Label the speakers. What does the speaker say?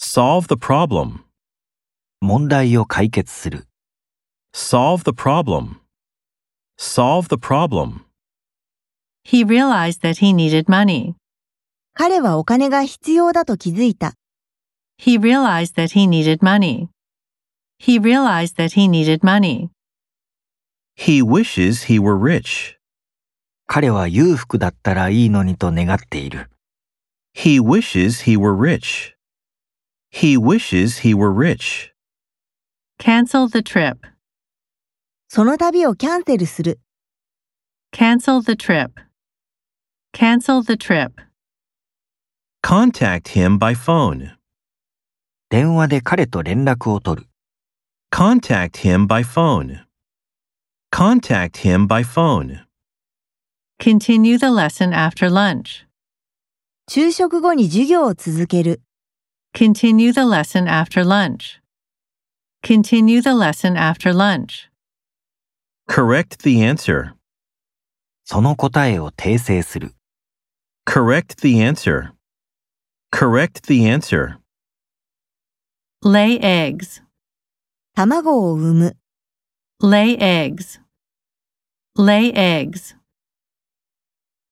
Speaker 1: Solve the problem.
Speaker 2: 問題を解決する。
Speaker 1: Solve the problem. Solve the problem.
Speaker 3: He realized that he needed money.
Speaker 4: 彼はお金が必要だと気づいた。
Speaker 3: He realized that he needed money. He realized that he needed money.
Speaker 1: He wishes he were rich.
Speaker 2: 彼は裕福だったらいいのにと願っている。
Speaker 1: He wishes he were rich. He wishes he were rich.
Speaker 3: Cancel the trip.
Speaker 4: その旅をキャンセルする。
Speaker 3: Cancel the trip. Cancel the trip.
Speaker 1: Contact him by phone.
Speaker 2: 電話で彼と連絡を取る。
Speaker 1: Contact him by phone. Contact him by phone.
Speaker 3: Continue the lesson after lunch.
Speaker 4: 昼食後に授業を続ける。
Speaker 3: Continue the lesson after lunch. Continue the lesson after lunch.
Speaker 1: Correct the answer.
Speaker 2: その答えを訂正する。
Speaker 1: Correct the answer. Correct the answer.
Speaker 3: Lay eggs.
Speaker 4: 卵を産む。
Speaker 3: Lay eggs. Lay eggs.